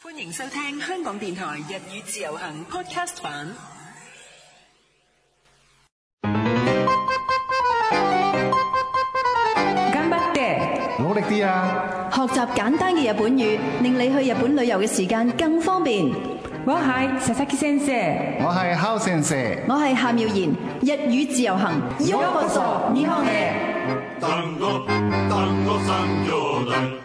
歡迎收聽香港電台日語自由行 Podcast 版。頑張って努力啲啊！學習簡單嘅日本語，令你去日本旅遊嘅時間更方便。我係佐々木先生。我係 How 先生，我係夏妙然，日語自由行，ようこそ日本へ。団子団子三兄弟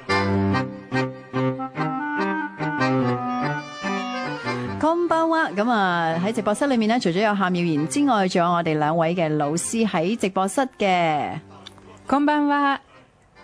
こんばんは，咁啊喺直播室裏面咧，除咗有夏妙然之外，仲有我哋兩位嘅老師喺直播室嘅。こんばんは。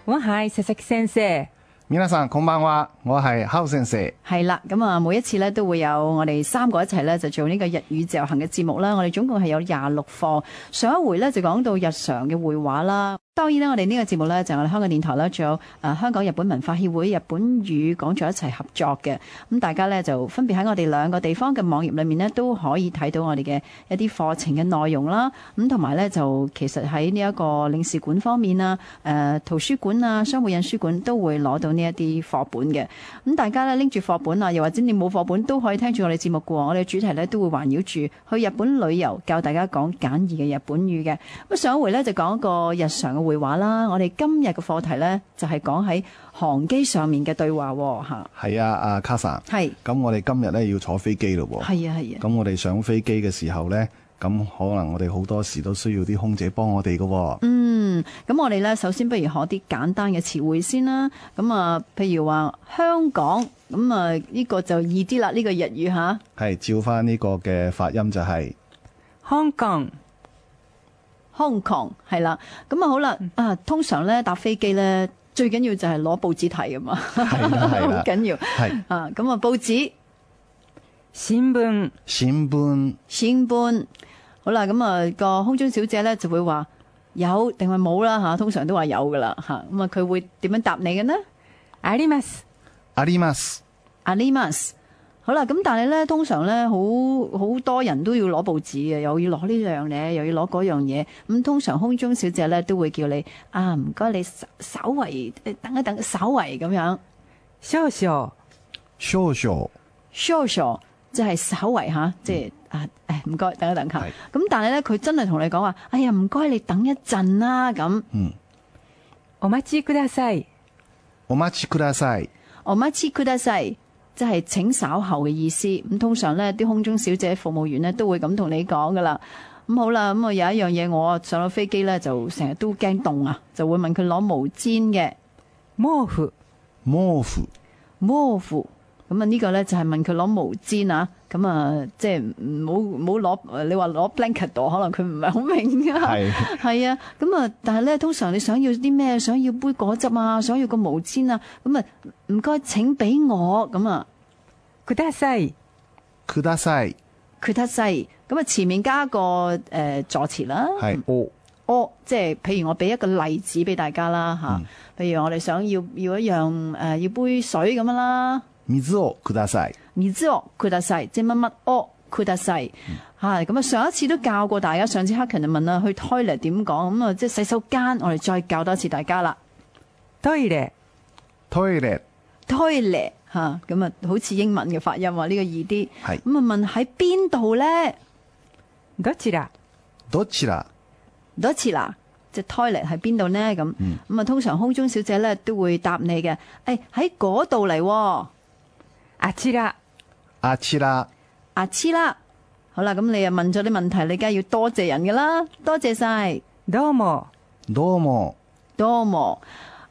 我係佐々木先生。皆さんこんばんは，我係 How 先生。係啦，咁啊，每一次咧都會有我哋三個一齊咧就做呢個日語自由行嘅節目啦。我哋總共係有廿六課，上一回咧就講到日常嘅會話啦。當然啦，我哋呢個節目咧就係我哋香港電台啦，仲有誒香港日本文化協會日本語講座一齊合作嘅。咁大家咧就分別喺我哋兩個地方嘅網頁裏面咧都可以睇到我哋嘅一啲課程嘅內容啦。咁同埋咧就其實喺呢一個領事館方面啊、誒、圖書館啊、商務印書館都會攞到呢一啲課本嘅。咁大家咧拎住課本啊，又或者你冇課本都可以聽住我哋節目嘅喎。我哋嘅主題咧都會環繞住去日本旅遊，教大家講簡易嘅日本語嘅。咁啊上一回咧就講一個日常嘅會話啦。我哋今日嘅課題咧就係講喺航機上面嘅對話喎嚇。係啊，阿卡莎。係咁我哋今日咧要坐飛機咯喎。係啊係啊，咁我哋上飛機嘅時候咧，咁可能我哋好多時都需要啲空姐幫我哋嘅喎。嗯，咁我哋咧首先不如學啲簡單嘅詞彙先啦。咁啊，譬如話香港，咁啊呢個就易啲啦，呢、個日語嚇。係照翻呢個嘅發音就係、 香港、 Hong Kong 係啦，咁啊好嗯啦，啊通常咧搭飛機咧最緊要就係攞報紙睇啊嘛，係啦係好啦緊要係啊！咁啊報紙新聞、新聞先搬，好啦，咁啊個空中小姐咧就會話有定係冇啦嚇，通常都話有噶啦嚇，咁啊佢會點樣答你嘅呢？あります。あります。阿 l i m a s 好啦，咁但係咧，通常咧，好好多人都要攞報紙嘅，又要攞呢樣嘢，又要攞嗰樣嘢。咁通常空中小姐咧都會叫你啊，唔該你稍稍為誒等一等，稍為咁樣少々、少々 s o r s o 即係稍為吓，即係啊誒唔該等一等嚇。係咁但係咧，佢真係同你講話，哎呀唔該你等一陣啦咁。お待ちください。お待ちください。我媽切佢得細，即係請稍後嘅意思。咁通常呢啲空中小姐服務員呢都會咁同你講噶啦。咁好啦，咁啊有一樣嘢我上到飛機呢，就成日都驚凍啊，就會問佢攞毛氈嘅毛布、毛布毛布。咁啊呢個呢，就係問佢攞毛氈啊。咁啊即係唔好唔好攞，你話攞 blanket 度，可能佢唔係好明啊。係係啊，咁啊，但係咧，通常你想要啲咩？想要杯果汁啊，想要個毛氈啊，咁啊唔該請俾我咁啊。ください。ください缺得西，咁啊前面加個誒、呃助詞啦，係お哦，即係譬如我俾一個例子俾大家啦吓，嗯譬如我哋想要要一樣誒、呃要杯水咁樣啦，水をください。然之後缺得西，即係乜乜哦。缺得細嗯嚇咁啊！上一次都教過大家，上次黑勤就問啦，去 toilet 點講咁啊？即係洗手間，我哋再教多次大家啦。トイレ、トイレ toilet 嚇咁啊，好似英文嘅發音喎，呢、個易啲。係咁啊，問喺邊度咧？どちら、どちら多次啦，隻 toilet 喺邊度呢？咁咁啊，通常空中小姐咧都會答你嘅，誒喺嗰度嚟喎，啊あちら、あちら黐啦，好啦，咁你又問咗啲問題，你梗係要多謝人噶啦，多謝晒，どうも、どうも多麼。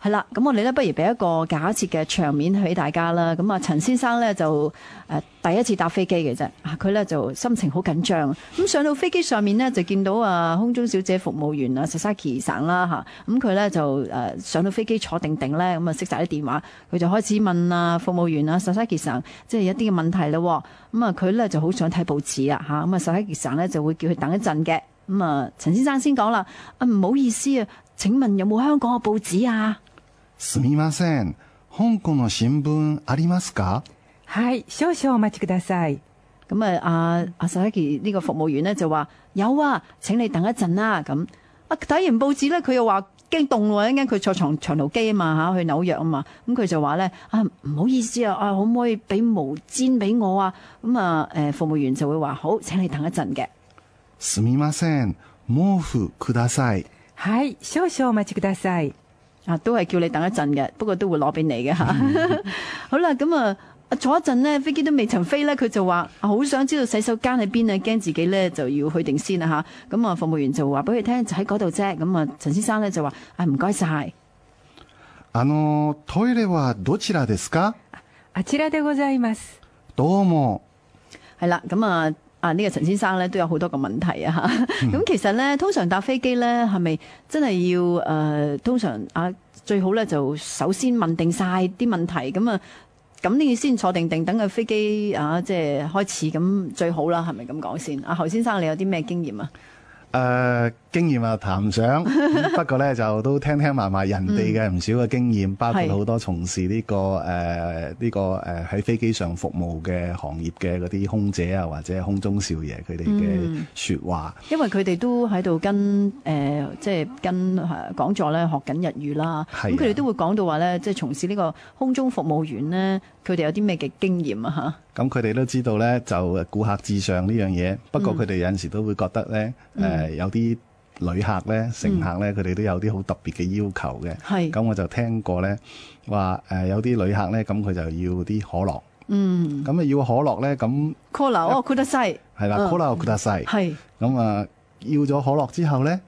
係啦，咁我哋咧不如俾一個假設嘅場面俾大家啦。咁啊，陳先生咧就誒、呃第一次搭飛機嘅啫，啊佢咧就心情好緊張。咁上到飛機上面呢，就見到啊空中小姐服務員啊 Sasaki 省啦嚇，咁佢咧就誒、呃上到飛機坐定定咧，咁啊熄晒啲電話，佢就開始問啊服務員啊 Sasaki 省即係一啲嘅問題咯。咁啊佢咧就好想睇報紙啊嚇，咁啊 Sasaki 省咧就會叫佢等一陣嘅。咁啊陳先生先講啦，啊唔好意思啊，請問有冇香港嘅報紙啊？すみません。香港の新聞ありますかはい、少々お待ちください。咁啊，阿阿薩基呢個服務員咧就話有啊，請你等一陣啦。咁啊睇完報紙咧，佢又話驚凍喎，一陣間佢坐長長途機啊嘛嚇，去紐約啊嘛，咁佢就話咧啊唔好意思啊，啊可唔可以俾毛氈俾我啊？咁啊誒服務員就會話好，請你等一陣嘅。すみません、毛布ください。はい、少々お待ちください。啊，都係叫你等一陣嘅，不過都會攞俾你嘅嚇。好啦，咁啊，坐一陣呢，飛機都未曾飛呢，佢就話啊好想知道洗手間喺邊啊，驚自己呢就要去定先啦吓，咁啊，服務員就話俾佢聽就喺嗰度啫。咁啊，陳先生呢就話啊唔該晒。あの、トイレはどちらですかあちらでございます。どうも。係啦，咁啊。啊！呢、個陳先生咧都有好多個問題啊嚇，嗯咁、其實咧通常搭飛機咧係咪真係要誒、呃通常啊最好咧就首先問定晒啲問題咁啊，咁你先坐定定等個飛機啊即係開始咁最好啦，係咪咁講先？啊，侯先生你有啲咩經驗啊？誒、經驗啊談唔上，不過咧就都聽聽埋埋人哋嘅唔少嘅經驗，包括係好多從事呢、個誒呢、個誒喺、飛機上服務嘅行業嘅嗰啲空姐啊，或者空中少爺佢哋嘅説話。因為佢哋都喺度跟誒、呃即係跟呃講座咧學緊日語啦。係啊咁佢哋都會講到話咧，即係從事呢個空中服務員咧，佢哋有啲咩嘅經驗啊？嚇，咁佢哋都知道咧，就誒顧客至上呢樣嘢。不過佢哋有陣時都會覺得咧，誒、有啲旅客咧、乘客咧，佢哋都有啲好特別嘅要求嘅。係咁我就聽過咧，話誒、有啲旅客咧，咁佢就要啲可樂。嗯。咁啊，要可樂咧，咁 Cola 啊哦 c o l a 西係啦，嗯可樂佢得細。係咁啊，要咗可樂之後呢，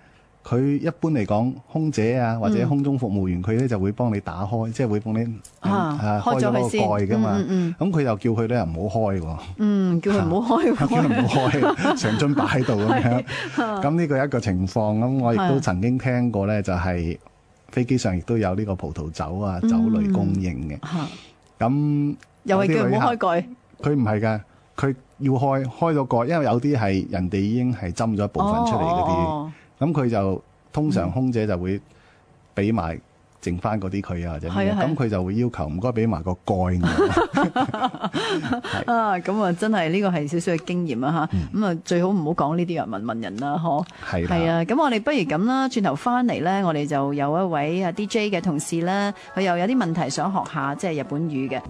佢一般嚟講，空姐啊或者空中服務員佢呢就會幫你打開，即係會幫你啊嗯開咗嗰個佢先蓋噶嘛嗯嗯。咁佢又叫佢呢唔好開喎，嗯，叫佢唔好 開叫佢唔喎。好開，成樽擺喺度咁樣。 咁呢個一個情況，咁我亦係都曾經聽過呢，就係飛機上亦都有呢個葡萄酒啊酒類供應嘅。 嚇咁啊又係有叫啲佢旅唔好客開蓋。佢唔係㗎，佢要開開咗蓋，因為有啲係人哋已經係斟咗一部分出嚟嗰啲哦，咁佢、就通常空姐就會俾埋剩翻嗰啲佢啊，或者咩係啊係啊咁佢就會要求唔該俾埋個蓋 我。哦哦啊，咁啊，真係呢個係少少嘅經驗啊嚇。咁啊，最好唔好講呢啲人問問人啦，嗬。嗯係啦係啊，咁我哋不如咁啦，轉頭翻嚟呢，我哋就有一位啊 DJ 嘅同事啦，佢又有啲問題想學下，即係日本語嘅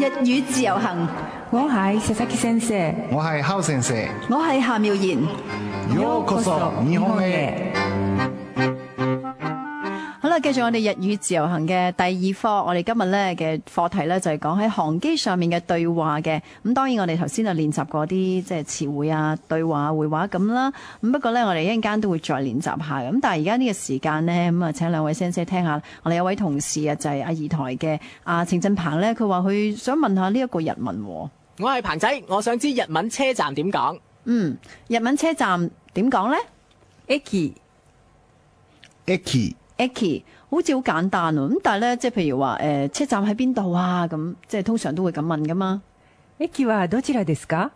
日語自由行。我係石崎先生。我係烤成 蛇，我係夏妙然。ようこそ日本へ。好啦，繼續我哋日語自由行嘅第二課，我哋今日咧嘅課題咧就係講喺航機上面嘅對話嘅。咁當然我哋頭先就練習過啲即係詞彙啊、對話、會話咁啦。咁不過咧，我哋一陣間都會再練習下嘅。咁但係而家呢個時間呢，咁啊請兩位先生聽下，我哋有位同事啊就係阿二台嘅啊阿程振鵬咧，佢話佢想問下呢一個日文喎。我係彭仔，我想知日文車站點講。嗯，日文車站點講呢？駅、 Aki Aki 好似好簡單喎，咁但係咧，即係譬如話誒、呃、車站喺邊度啊？咁即係通常都會咁問噶嘛。駅はどちらですか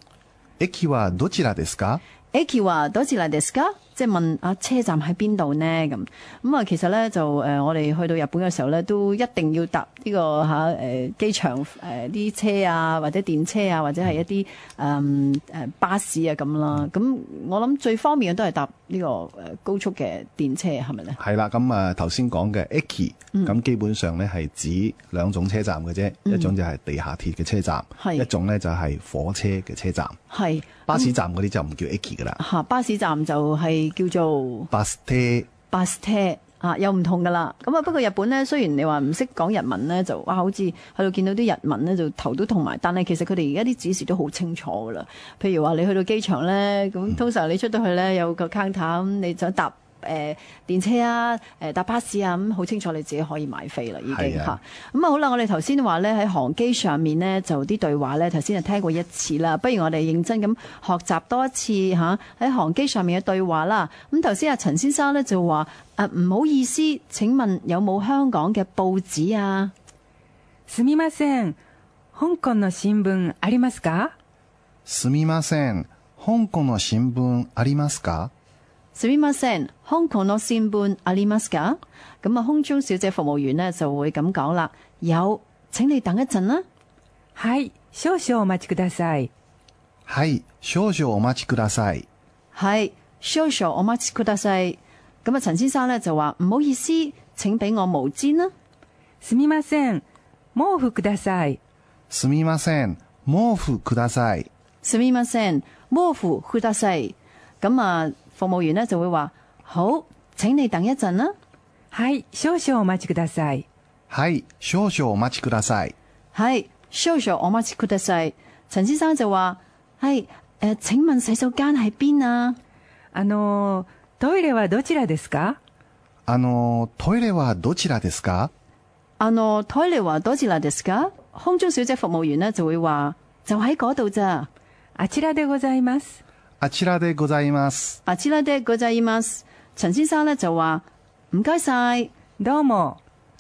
Aki 話どちらですか？ Aki 話多次嚟 d i s c 即係問啊車站喺邊度呢？咁咁啊，其實咧就誒、呃我哋去到日本嘅時候咧，都一定要搭呢、個嚇誒、呃、機場誒啲、車啊，或者電車啊，或者係一啲誒誒巴士啊咁啦。咁我諗最方便嘅都係搭呢、個誒、呃高速嘅電車，係咪咧？係啦，咁啊頭先講嘅 Aki，咁基本上呢係指兩種車站嘅啫，一種就係地下鐵嘅車站，係一種呢就係火車嘅車站。係巴士站嗰啲就唔叫 Aki 噶啦，嚇、巴士站就係叫做。巴士車巴士車啊，又唔同噶啦。咁啊，不過日本咧，雖然你話唔識講日文咧，就哇，好似喺度見到啲日文咧，就頭都痛埋。但係其實佢哋而家啲指示都好清楚噶啦。譬如話你去到機場咧，嗯咁通常你出到去咧有個 counter，咁你想搭。誒、電車啊，誒、搭巴士啊，咁好清楚你自己可以買飛啦，已經係嚇啊。咁啊好啦，我哋頭先話咧喺航機上面咧就啲對話咧，頭先就聽過一次啦。不如我哋認真咁學習多一次嚇喺航機上面嘅對話啦。咁頭先阿陳先生咧就話誒唔好意思，請問有冇香港嘅報紙啊？すみません。香港の新聞ありますかすみません。香港の新聞ありますか？すみません、香港の新聞ありますか？咁啊，空中小姐服務員呢就會咁講啦。有，請你等一陣啦。はい、少々お待ちください。はい、少々お待ちください。係，少々お待ちください。咁啊，陳先生咧就話唔好意思，請俾我毛氈啦。すみません。毛布ください。すみません、毛布ください。すみません，毛布ください。咁啊，服務員咧就會話好，請你等一陣啦。はい、少々お待ちください。はい、少々お待ちください。係少々我待ちください。陳先生就話係誒，請問洗手間喺邊啊？あのー、トイレはどちらですかあの、トイレはどちらですかあの、トイレはどちらですか？空中小姐服務員咧就會話就喺嗰度咋。あちらでございます。あちらでございます。あちらでございます。陳先生咧就話唔該晒。どうも。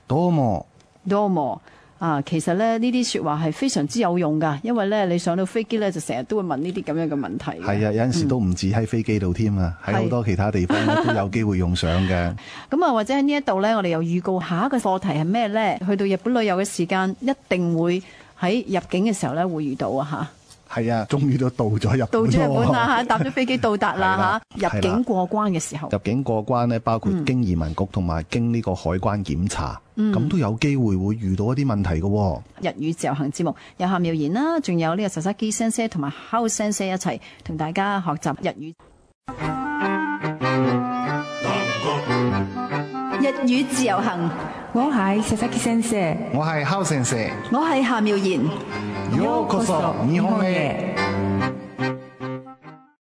どうも。多麼啊！其實咧呢啲説話係非常之有用㗎，因為咧你上到飛機咧就成日都會問呢啲咁樣嘅問題嘅。係啊，有陣時都唔止喺飛機度添啊，喺好多其他地方咧都有機會用上嘅。咁啊，或者喺呢一度呢，我哋又預告下一個課題係咩呢？去到日本旅遊嘅時間，一定會喺入境嘅時候呢會遇到啊嚇。係啊，終於都到咗日到本咗日 本咯啦嚇，搭咗飛機到達啦哦係啦嚇，入境過關嘅時候喎。入境過關咧，包括經移民局同埋經呢個海關檢查，咁、都有機會會遇到一啲問題嘅喎。日語自由行節目有夏妙然啦，仲有呢個實沙基先生同埋 How 先生一齊同大家學習日語。日語自由行，我係佐々木先生。我係烤成蛇，我係夏妙然。ようこそ日本へ。